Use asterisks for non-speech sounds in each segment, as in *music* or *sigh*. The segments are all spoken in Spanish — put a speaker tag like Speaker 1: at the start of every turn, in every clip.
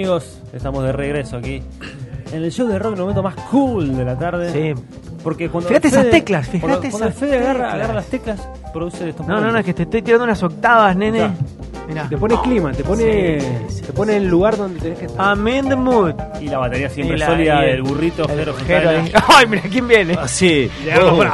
Speaker 1: Amigos, estamos de regreso aquí en el show de rock, el momento más cool de la tarde.
Speaker 2: Sí.
Speaker 1: Porque cuando
Speaker 2: Fíjate
Speaker 1: Fede-
Speaker 2: esas teclas, fíjate
Speaker 1: cuando- cuando
Speaker 2: esas
Speaker 1: Fede agarra,
Speaker 2: teclas.
Speaker 1: agarra las teclas, produce estos
Speaker 2: No, no, no,
Speaker 1: momentos.
Speaker 2: es que te estoy tirando unas octavas, nene.
Speaker 1: Ya.
Speaker 2: Mirá.
Speaker 3: Te pone clima, te pone,
Speaker 2: Sí, sí,
Speaker 3: te pone
Speaker 2: sí.
Speaker 3: en el lugar donde tenés que estar.
Speaker 2: I'm in the mood.
Speaker 1: Y la batería siempre
Speaker 2: Y la-
Speaker 1: sólida
Speaker 2: y el-
Speaker 1: del burrito,
Speaker 2: el
Speaker 1: Jero
Speaker 2: Jero
Speaker 1: Fontana.
Speaker 2: ahí. Oh. Ay, mira quién viene.
Speaker 1: Ah,
Speaker 4: Así.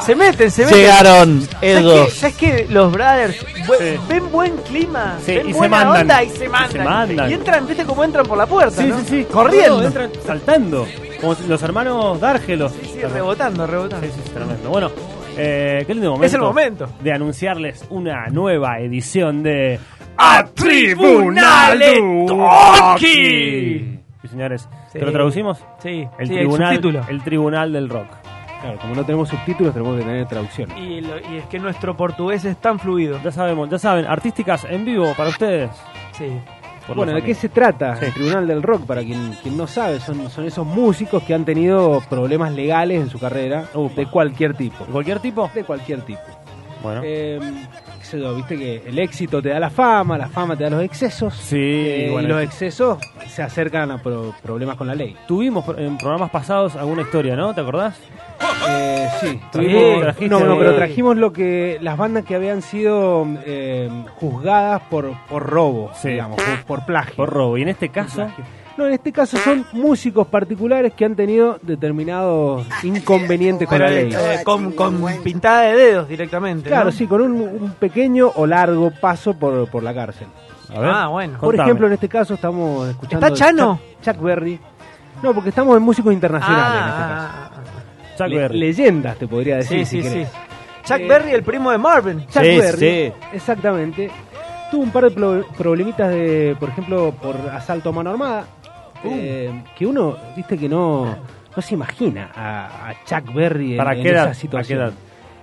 Speaker 2: Se meten, se meten.
Speaker 4: Llegaron
Speaker 2: ¿Sabes qué?
Speaker 4: ellos.
Speaker 2: ¿Sabes qué? Los brothers bu-
Speaker 1: Sí.
Speaker 2: ven buen clima,
Speaker 1: Sí,
Speaker 2: ven
Speaker 1: y se
Speaker 2: buena
Speaker 1: mandan.
Speaker 2: onda y se
Speaker 1: Y
Speaker 2: mandan.
Speaker 1: se mandan.
Speaker 2: Y entran, viste cómo entran por la puerta,
Speaker 1: Sí,
Speaker 2: ¿no?
Speaker 1: sí, sí.
Speaker 2: Corriendo.
Speaker 1: Todos entran saltando. Como los hermanos Dárgelos.
Speaker 2: Sí, rebotando, rebotando.
Speaker 1: Sí, sí, es tremendo. Bueno, eh, qué lindo momento.
Speaker 2: Es el momento.
Speaker 1: De anunciarles una nueva edición de.
Speaker 2: ¡A Tribunal de Toki!
Speaker 1: Sí, señores,
Speaker 2: Sí.
Speaker 1: ¿te lo traducimos?
Speaker 2: Sí,
Speaker 1: El,
Speaker 2: sí, el
Speaker 1: tribunal,
Speaker 2: subtítulo.
Speaker 1: el tribunal del rock.
Speaker 3: Claro, como no tenemos subtítulos, tenemos que tener traducción.
Speaker 2: Y, lo- y es que nuestro portugués es tan fluido.
Speaker 1: Ya sabemos, ya saben, artísticas en vivo para ustedes.
Speaker 2: Sí.
Speaker 1: Por
Speaker 3: Bueno,
Speaker 1: los
Speaker 3: ¿de qué
Speaker 1: amigos.
Speaker 3: se trata
Speaker 1: Sí.
Speaker 3: el Tribunal del Rock? Para quien, quien no sabe, son, son esos músicos que han tenido problemas legales en su carrera, de cualquier tipo.
Speaker 1: ¿De cualquier tipo?
Speaker 3: De cualquier tipo.
Speaker 1: Bueno.
Speaker 3: Eh, qué sé yo, viste que el éxito te da la fama, la fama te da los excesos.
Speaker 1: Sí,
Speaker 3: eh,
Speaker 1: y bueno,
Speaker 3: y los
Speaker 1: sí.
Speaker 3: excesos se acercan a pro- problemas con la ley.
Speaker 1: Tuvimos pro- en programas pasados alguna historia, ¿no? ¿Te acordás?
Speaker 3: Eh, sí,
Speaker 1: Oh. Trajiste,
Speaker 3: tuvimos,
Speaker 1: trajiste,
Speaker 3: no, no, pero
Speaker 1: eh.
Speaker 3: trajimos lo que las bandas que habían sido eh, juzgadas por, por robo,
Speaker 1: Sí.
Speaker 3: digamos, por, por plagio.
Speaker 1: Por robo. Y en este caso,
Speaker 3: Plagio. No, en este caso son músicos particulares que han tenido determinados inconvenientes con la ley.
Speaker 2: Eh, con, con pintada de dedos directamente.
Speaker 3: Claro,
Speaker 2: ¿no?
Speaker 3: sí, con un, un pequeño o largo paso por, por la cárcel.
Speaker 1: a ver.
Speaker 2: Ah, bueno.
Speaker 3: Por
Speaker 1: Contame.
Speaker 3: ejemplo, en este caso estamos escuchando...
Speaker 2: ¿Está Chano?
Speaker 3: Chuck, Chuck Berry. No, porque estamos en músicos internacionales en este caso.
Speaker 2: Ah, ah, ah, ah.
Speaker 1: Chuck
Speaker 3: Le-
Speaker 1: Berry.
Speaker 3: leyendas, te podría
Speaker 2: *laughs* Sí,
Speaker 3: decir. si
Speaker 2: sí, sí.
Speaker 3: querés.
Speaker 2: Chuck
Speaker 3: Eh,
Speaker 2: Berry, el primo de Marvin.
Speaker 3: Chuck
Speaker 4: Sí,
Speaker 3: Berry,
Speaker 4: sí.
Speaker 3: exactamente. Tuvo un par de pro- problemitas de, por ejemplo, por asalto a mano armada. eh, que uno, viste que no, no se imagina a, a Chuck Berry en,
Speaker 1: ¿Para
Speaker 3: en
Speaker 1: qué
Speaker 3: esa
Speaker 1: edad?
Speaker 3: situación.
Speaker 1: ¿Para qué edad?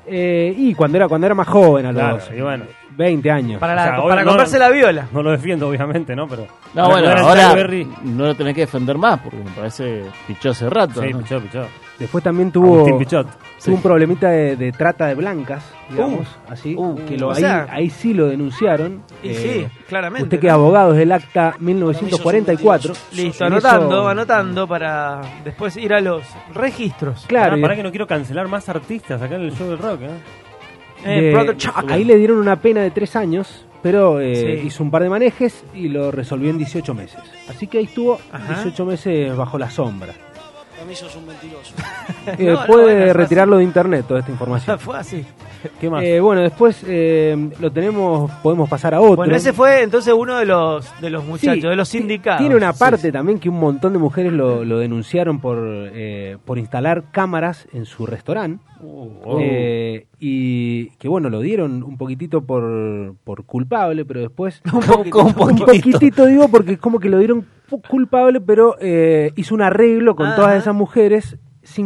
Speaker 3: Eh, y cuando era cuando era más joven, a los
Speaker 1: Claro, y bueno.
Speaker 3: 20 años.
Speaker 2: Para,
Speaker 1: o
Speaker 2: la-
Speaker 1: sea,
Speaker 2: para
Speaker 1: hoy no-
Speaker 2: comprarse la viola.
Speaker 1: No lo defiendo, obviamente, ¿no? Pero.
Speaker 4: No, bueno,
Speaker 1: era Chuck
Speaker 4: ahora
Speaker 1: Berry.
Speaker 4: no lo tenés que defender más porque me parece pichó hace rato.
Speaker 1: Sí,
Speaker 4: ¿no?
Speaker 1: Pichot, Pichot.
Speaker 3: Después también tuvo,
Speaker 1: Agustín Pichot.
Speaker 4: Sí.
Speaker 3: tuvo un problemita de, de trata de blancas, digamos, así,
Speaker 2: uh,
Speaker 3: que lo,
Speaker 2: o
Speaker 3: ahí,
Speaker 2: sea-
Speaker 3: ahí sí lo denunciaron.
Speaker 2: Y
Speaker 3: Eh,
Speaker 2: sí, claramente.
Speaker 3: Usted que es abogado es del acta 1944.
Speaker 2: Listo,
Speaker 3: En
Speaker 2: anotando,
Speaker 3: eso-
Speaker 2: anotando para después ir a los registros. *laughs*
Speaker 3: Claro,
Speaker 1: Ah,
Speaker 3: y
Speaker 1: pará que no quiero cancelar más artistas acá en el show del rock, ¿eh?
Speaker 2: Eh,
Speaker 3: de-
Speaker 2: Brother Chuck.
Speaker 3: Ahí le dieron una pena de tres años, pero eh,
Speaker 2: Sí.
Speaker 3: hizo un par de manejes y lo resolvió en 18 meses. Así que ahí estuvo
Speaker 2: Ajá.
Speaker 3: 18 meses bajo la sombra.
Speaker 5: Para mí sos un
Speaker 3: *laughs*
Speaker 5: mentiroso.
Speaker 3: Eh,
Speaker 2: No, no,
Speaker 3: puede
Speaker 2: bueno, es
Speaker 3: retirarlo de internet toda
Speaker 2: *laughs*
Speaker 3: esta información.
Speaker 2: Fue así.
Speaker 1: ¿Qué más?
Speaker 3: Eh, bueno, después eh, lo tenemos, podemos pasar a otro.
Speaker 2: Bueno, ese fue entonces uno de los de los muchachos,
Speaker 3: Sí,
Speaker 2: de los
Speaker 3: ti-
Speaker 2: sindicados.
Speaker 3: Tiene una parte también que un montón de mujeres lo, lo denunciaron por, eh, por instalar cámaras en su restaurante.
Speaker 2: Uh,
Speaker 1: Oh.
Speaker 3: Eh, y que bueno, lo dieron un poquitito por, por culpable, pero después...
Speaker 2: *laughs* *laughs* Un poquito.
Speaker 4: Un
Speaker 3: *laughs*
Speaker 4: poquitito.
Speaker 3: Un poquitito digo porque es como que lo dieron pu- culpable, pero eh, hizo un arreglo con
Speaker 2: Ajá.
Speaker 3: todas esas mujeres,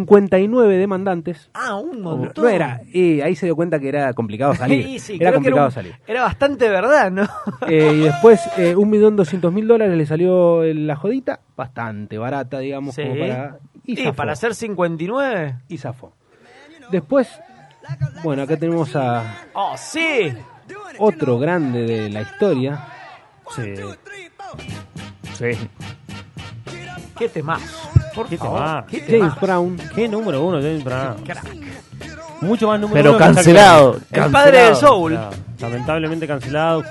Speaker 3: 59 demandantes.
Speaker 2: Ah, un
Speaker 3: No,
Speaker 2: montón.
Speaker 3: no era, y ahí se dio cuenta que era
Speaker 2: *laughs*
Speaker 3: complicado salir.
Speaker 2: Sí, sí, creo
Speaker 3: era
Speaker 2: que
Speaker 3: complicado
Speaker 2: un-
Speaker 3: salir.
Speaker 2: Era bastante verdad, *laughs* ¿no?
Speaker 3: Eh, y después, eh, un millón doscientos mil dólares le salió el- la jodita, bastante barata, digamos,
Speaker 2: Sí.
Speaker 3: como para... Y
Speaker 2: Sí,
Speaker 3: zafó.
Speaker 2: para ser 59.
Speaker 3: Y zafó. Después, bueno, acá tenemos a
Speaker 2: Oh, sí.
Speaker 3: otro grande de la historia,
Speaker 1: Sí.
Speaker 2: Qué temazo. Por
Speaker 1: Qué
Speaker 2: favor.
Speaker 1: temazo.
Speaker 2: Qué
Speaker 3: James
Speaker 2: temazo.
Speaker 3: Brown.
Speaker 1: ¿Qué número uno James Brown?
Speaker 2: Crack.
Speaker 1: Mucho más número
Speaker 4: Pero
Speaker 1: uno que Zac
Speaker 4: cancelado,
Speaker 1: Brown.
Speaker 2: El padre del soul.
Speaker 1: Claro, lamentablemente cancelado,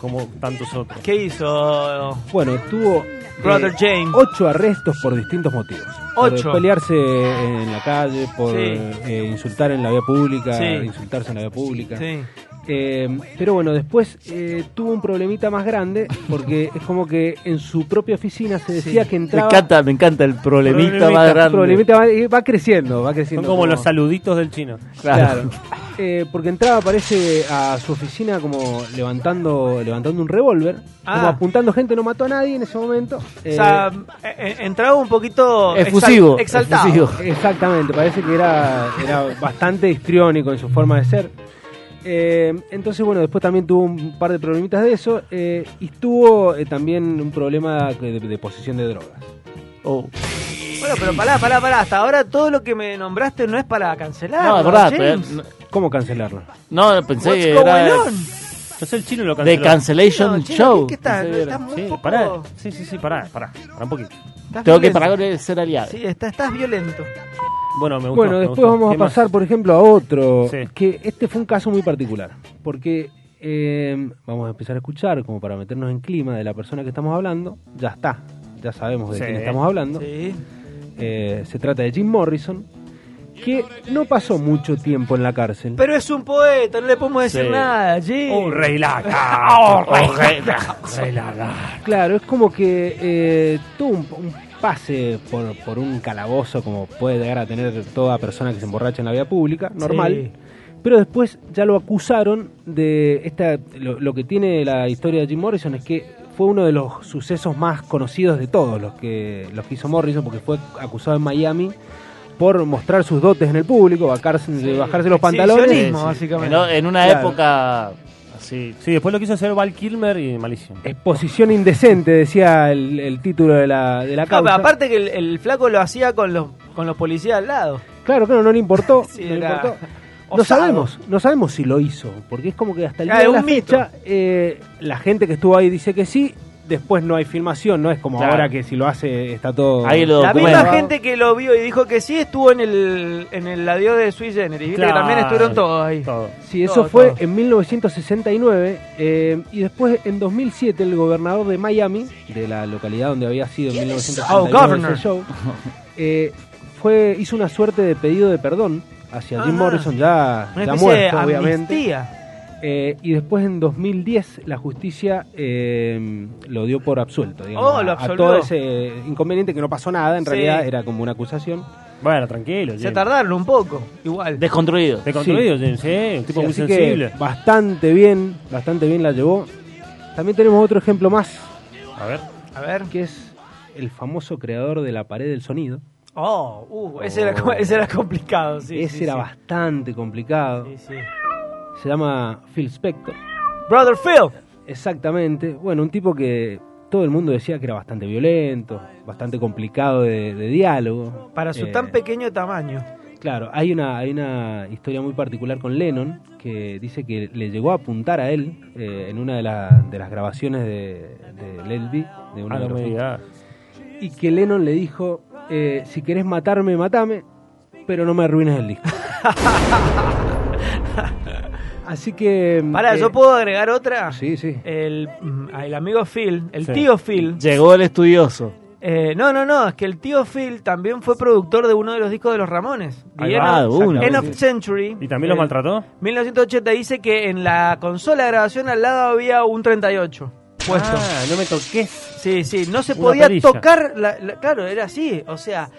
Speaker 1: como tantos otros.
Speaker 2: ¿Qué hizo?
Speaker 3: Bueno, tuvo eh,
Speaker 2: Brother James.
Speaker 3: ocho arrestos por distintos motivos.
Speaker 2: Ocho.
Speaker 3: Por eh, pelearse en la calle, por
Speaker 2: Sí.
Speaker 3: eh, insultar en la vía pública,
Speaker 2: Sí.
Speaker 3: insultarse en la vía pública.
Speaker 2: Sí.
Speaker 3: Eh, pero bueno, después eh, tuvo un problemita más grande porque es como que en su propia oficina se decía que
Speaker 4: Me
Speaker 3: entraba...
Speaker 4: encanta, me encanta el problemita,
Speaker 1: Problemita,
Speaker 4: más grande.
Speaker 3: Problemita va, eh, va creciendo, va creciendo.
Speaker 1: Son como los saluditos del chino.
Speaker 2: *laughs*
Speaker 3: Claro. Eh, porque entraba, parece, a su oficina como levantando levantando un revólver,
Speaker 2: Ah.
Speaker 3: como apuntando gente, no mató a nadie en ese momento.
Speaker 2: O
Speaker 3: Eh,
Speaker 2: sea, eh, eh, entraba un poquito exal-
Speaker 4: Efusivo,
Speaker 2: exaltado.
Speaker 4: efusivo.
Speaker 3: Exactamente, parece que era, era bastante histriónico en su forma de ser. Eh, entonces, bueno, después también tuvo un par de problemitas de eso eh, y tuvo eh, también un problema de, de posesión de drogas.
Speaker 4: Oh.
Speaker 2: Bueno, pero pará, pará, pará. Hasta ahora todo lo que me nombraste Ah, no es para cancelar.
Speaker 4: No, es verdad, pero-
Speaker 2: James.
Speaker 3: ¿Cómo cancelarlo?
Speaker 4: no, pensé
Speaker 2: What's
Speaker 4: que
Speaker 2: going
Speaker 4: era.
Speaker 2: on?
Speaker 4: Yo
Speaker 1: Entonces el chino lo
Speaker 4: The
Speaker 1: canceló.
Speaker 4: Cancellation
Speaker 2: Chino, Chino,
Speaker 4: Show.
Speaker 2: ¿qué está?
Speaker 4: No sé,
Speaker 2: Está muy
Speaker 1: Sí,
Speaker 2: poco-
Speaker 1: pará. Sí, sí, sí, pará, pará, pará un poquito.
Speaker 2: estás
Speaker 4: Tengo que
Speaker 2: violento.
Speaker 4: parar de ser aliado.
Speaker 2: Sí, está- estás violento.
Speaker 1: Bueno, me gustó.
Speaker 3: Bueno,
Speaker 1: me
Speaker 3: después
Speaker 1: gustó.
Speaker 3: vamos
Speaker 1: ¿Qué
Speaker 3: a
Speaker 1: más?
Speaker 3: pasar, por ejemplo, a otro.
Speaker 1: Sí.
Speaker 3: Que este fue un caso muy particular. Porque eh, vamos a empezar a escuchar, como para meternos en clima de la persona que estamos hablando. Ya está, ya sabemos de
Speaker 1: Sí.
Speaker 3: quién estamos hablando.
Speaker 2: Sí.
Speaker 3: Eh, se trata de Jim Morrison, que no pasó mucho tiempo en la cárcel.
Speaker 2: Pero es un poeta, no le podemos decir
Speaker 4: Sí.
Speaker 2: nada, Jim.
Speaker 1: ¡Oh, rey laca! ¡Oh, rey laca! Rey laca.
Speaker 3: Claro, es como que eh, tuvo un, un pase por, por un calabozo, como puede llegar a tener toda persona que se emborracha en la vía pública, normal. Pero después ya lo acusaron de esta. Lo, lo que tiene la historia de Jim Morrison es que fue uno de los sucesos más conocidos de todos los que, los que hizo Morrison, porque fue acusado en Miami por mostrar sus dotes en el público, bajarse, bajarse los pantalones.
Speaker 2: Exhibicionismo, básicamente.
Speaker 4: En, o- en una
Speaker 3: Claro.
Speaker 4: época así.
Speaker 1: Sí, después lo quiso hacer Val Kilmer y malísimo.
Speaker 3: Exposición indecente, decía el, el título de la, de la
Speaker 2: No,
Speaker 3: causa.
Speaker 2: Ah, pero aparte que el, el flaco lo hacía con los, con los policías al lado.
Speaker 3: Claro, claro, no le importó.
Speaker 2: *laughs* Sí,
Speaker 3: no le
Speaker 2: era
Speaker 3: importó. No
Speaker 2: osado.
Speaker 3: sabemos, no sabemos si lo hizo, porque es como que hasta el día
Speaker 2: Ah, es
Speaker 3: de la
Speaker 2: un mito.
Speaker 3: fecha eh, la gente que estuvo ahí dice que sí, después no hay filmación, no es como
Speaker 4: Claro.
Speaker 3: ahora que si lo hace está todo...
Speaker 4: Ahí lo
Speaker 2: La
Speaker 4: documento.
Speaker 2: misma gente que lo vio y dijo que sí estuvo en el, en el adiós de Sui Generis. Viste que
Speaker 1: Claro.
Speaker 2: también estuvieron todos ahí.
Speaker 1: Todo.
Speaker 3: Sí, eso
Speaker 2: Todo,
Speaker 3: fue
Speaker 2: todo.
Speaker 3: en 1969 eh, y después en 2007 el gobernador de Miami, de la localidad donde había sido en 1969
Speaker 2: Oh, governor.
Speaker 3: ese show, *laughs* eh, fue, hizo una suerte de pedido de perdón hacia Jim
Speaker 2: Ah,
Speaker 3: Morrison ya,
Speaker 2: Una
Speaker 3: ya
Speaker 2: especie de
Speaker 3: muerto, obviamente.
Speaker 2: amnistía.
Speaker 3: Eh, y después en 2010 la justicia eh, lo dio por absuelto. digamos,
Speaker 2: Oh, lo
Speaker 3: a- a
Speaker 2: absolvió.
Speaker 3: todo ese eh, inconveniente que no pasó nada, en
Speaker 2: Sí.
Speaker 3: realidad era como una acusación.
Speaker 1: Bueno, tranquilo.
Speaker 2: Se
Speaker 1: James.
Speaker 2: tardaron un poco, igual.
Speaker 4: Desconstruido.
Speaker 1: Te construido, James, ¿eh? Un tipo
Speaker 3: Sí,
Speaker 1: muy
Speaker 3: así
Speaker 1: sensible.
Speaker 3: que bastante bien, bastante bien la llevó. También tenemos otro ejemplo más,
Speaker 1: A ver.
Speaker 2: A ver.
Speaker 3: que es el famoso creador de la pared del sonido.
Speaker 2: Oh, uh, ese, Era, co- ese era complicado, sí.
Speaker 3: Ese
Speaker 2: sí,
Speaker 3: era
Speaker 2: sí.
Speaker 3: bastante complicado.
Speaker 2: Sí, sí.
Speaker 3: Se llama Phil Spector.
Speaker 2: Brother Phil.
Speaker 3: Exactamente. Bueno, un tipo que todo el mundo decía que era bastante violento, bastante complicado de, de diálogo.
Speaker 2: Para su
Speaker 3: Eh,
Speaker 2: tan pequeño tamaño.
Speaker 3: Claro, hay una, hay una historia muy particular con Lennon que dice que le llegó a apuntar a él eh, en una de, la- de las grabaciones de, de Lelby, de uno
Speaker 1: Ah,
Speaker 3: de
Speaker 1: no
Speaker 3: los
Speaker 1: me digas.
Speaker 3: discos, y que Lennon le dijo, eh, si querés matarme, matame, pero no me arruines
Speaker 1: *laughs*
Speaker 3: el disco. Así que...
Speaker 2: Para,
Speaker 3: eh,
Speaker 2: yo puedo agregar otra.
Speaker 3: Sí, sí.
Speaker 2: El, mm, el amigo Phil, el
Speaker 1: Sí.
Speaker 2: tío Phil.
Speaker 4: Llegó el estudioso.
Speaker 2: Eh, no, no, no, es que el tío Phil también fue productor de uno de los discos de los Ramones.
Speaker 4: Ahí
Speaker 2: The End
Speaker 4: va,
Speaker 2: of-
Speaker 4: de una.
Speaker 2: End of Century.
Speaker 1: ¿Y también lo
Speaker 2: Eh,
Speaker 1: maltrató?
Speaker 2: 1980 dice que en la consola de grabación al lado había un 38 puesto.
Speaker 1: Ah, no me toques.
Speaker 2: Sí, sí, no se
Speaker 1: Una
Speaker 2: podía
Speaker 1: perilla.
Speaker 2: tocar. la- la- claro, era así. O sea,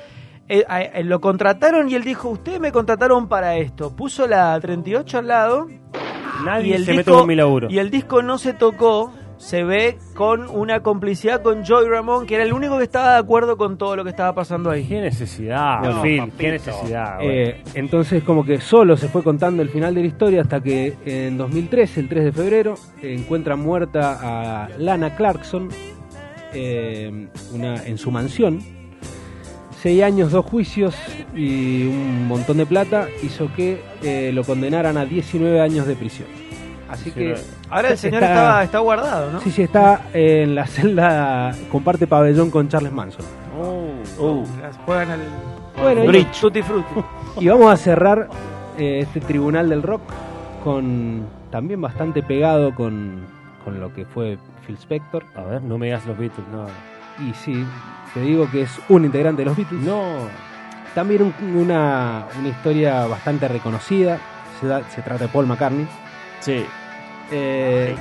Speaker 2: eh, a- eh, lo contrataron y él dijo: Ustedes me contrataron para esto. Puso la 38 al lado y
Speaker 1: Nadie
Speaker 2: el,
Speaker 1: se mete
Speaker 2: disco,
Speaker 1: con mi laburo.
Speaker 2: y el disco no se tocó. Se ve con una complicidad con Joy Ramón, que era el único que estaba de acuerdo con todo lo que estaba pasando ahí.
Speaker 1: Qué necesidad,
Speaker 3: Bueno,
Speaker 1: Phil, qué
Speaker 2: Ah,
Speaker 1: necesidad. güey.
Speaker 3: Eh, entonces como que solo se fue contando el final de la historia hasta que en 2003, el 3 de febrero, eh, encuentra muerta a Lana Clarkson eh, una, en su mansión. Seis años, dos juicios y un montón de plata hizo que eh, lo condenaran a 19 años de prisión. Así que...
Speaker 1: 19.
Speaker 2: Ahora el señor
Speaker 3: Está-
Speaker 2: estaba- está guardado, ¿no?
Speaker 3: Sí, sí, está en la *laughs* celda, comparte pabellón con Charles Manson.
Speaker 4: Uh,
Speaker 2: Las Juegan al
Speaker 3: Bueno, y-
Speaker 4: Bridge.
Speaker 2: Tutti Frutti.
Speaker 3: Y vamos a cerrar eh, este Tribunal del Rock con también bastante pegado con, con lo que fue Phil Spector.
Speaker 1: A ver, no me digas los Beatles, no.
Speaker 3: Y sí, te digo que es un integrante de los Beatles.
Speaker 1: No.
Speaker 3: También un- una, una historia bastante reconocida. Se, da- se trata de Paul McCartney.
Speaker 4: sí.
Speaker 3: Eh,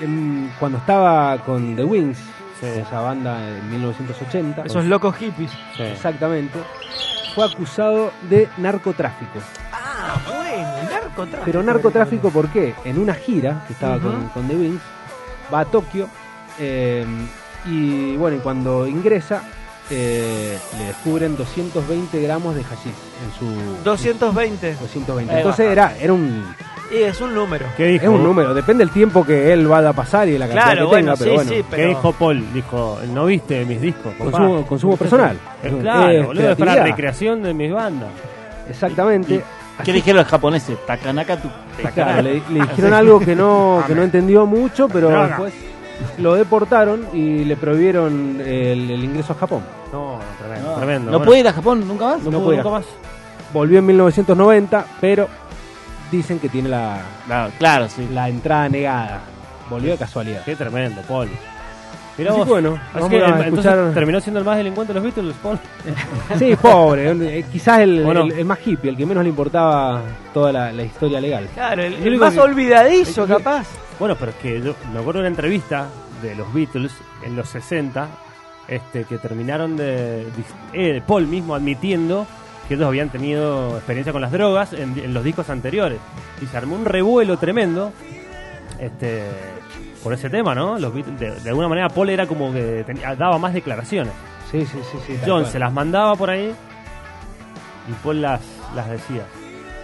Speaker 3: en- cuando estaba con The Wings,
Speaker 1: Sí.
Speaker 3: esa banda en 1980,
Speaker 2: Esos locos hippies.
Speaker 1: Sí.
Speaker 3: exactamente, fue acusado de narcotráfico.
Speaker 2: Ah, bueno, narcotráfico.
Speaker 3: Pero narcotráfico, ¿por qué? En una gira que estaba con,
Speaker 2: Ujú.
Speaker 3: con The Wings, va a Tokio eh, y bueno, y cuando ingresa eh, le descubren 220 gramos de hashish en su...
Speaker 2: 220.
Speaker 3: 220.
Speaker 4: Eh,
Speaker 3: Entonces era, era un,
Speaker 2: Y es un número.
Speaker 1: ¿Qué dijo?
Speaker 3: es un número, depende del tiempo que él vaya a pasar y de la cantidad
Speaker 2: Claro,
Speaker 3: que tenga,
Speaker 2: bueno,
Speaker 3: pero
Speaker 2: sí,
Speaker 3: bueno.
Speaker 2: sí,
Speaker 1: ¿Qué
Speaker 2: pero.
Speaker 1: dijo Paul? Dijo, ¿no viste mis discos? papá?
Speaker 3: Consumo, consumo personal.
Speaker 1: Eh, claro,
Speaker 3: Es
Speaker 1: boludo, es para la
Speaker 3: creatividad.
Speaker 1: recreación de mis bandas.
Speaker 3: Exactamente.
Speaker 4: ¿Qué dijeron los japoneses? Takanaka tu.
Speaker 3: Claro,
Speaker 2: *laughs*
Speaker 4: Takanaka.
Speaker 3: le, le dijeron algo que no, que no entendió mucho, pero después lo deportaron y le prohibieron el, el ingreso a Japón.
Speaker 1: No, tremendo.
Speaker 4: No,
Speaker 1: tremendo.
Speaker 4: no
Speaker 1: bueno.
Speaker 4: puede ir a Japón nunca más.
Speaker 1: No
Speaker 3: no
Speaker 1: pudo
Speaker 3: puede.
Speaker 1: nunca más.
Speaker 3: Volvió en 1990, pero dicen que tiene la,
Speaker 4: No, claro, sí.
Speaker 3: la entrada negada. Volvió
Speaker 1: *laughs*
Speaker 3: de casualidad.
Speaker 1: Qué tremendo, Paul. Mirá
Speaker 3: Así
Speaker 1: vos.
Speaker 3: que bueno,
Speaker 1: Así
Speaker 3: vamos
Speaker 1: que,
Speaker 3: a
Speaker 1: entonces,
Speaker 3: escuchar-
Speaker 1: terminó siendo el más delincuente de los Beatles, Paul.
Speaker 3: Sí, pobre. un- eh, Quizás el,
Speaker 1: Bueno.
Speaker 3: el- el más hippie, el que menos le importaba toda la, la historia legal.
Speaker 2: Claro, el,
Speaker 1: Yo
Speaker 2: el
Speaker 1: digo
Speaker 2: más
Speaker 1: que- Yo
Speaker 2: olvidadizo,
Speaker 1: digo-
Speaker 2: capaz.
Speaker 1: Bueno, pero es que yo me acuerdo de una entrevista de los Beatles en los 60, este, que terminaron de, de- eh, Paul mismo admitiendo que ellos habían tenido experiencia con las drogas en, en los discos anteriores. Y se armó un revuelo tremendo este, por ese tema, ¿no? Los Beatles- de, de alguna manera Paul era como que tenía- daba más declaraciones.
Speaker 3: Sí, sí, sí. sí tal
Speaker 1: John
Speaker 3: cual.
Speaker 1: se las mandaba por ahí y Paul las, las decía.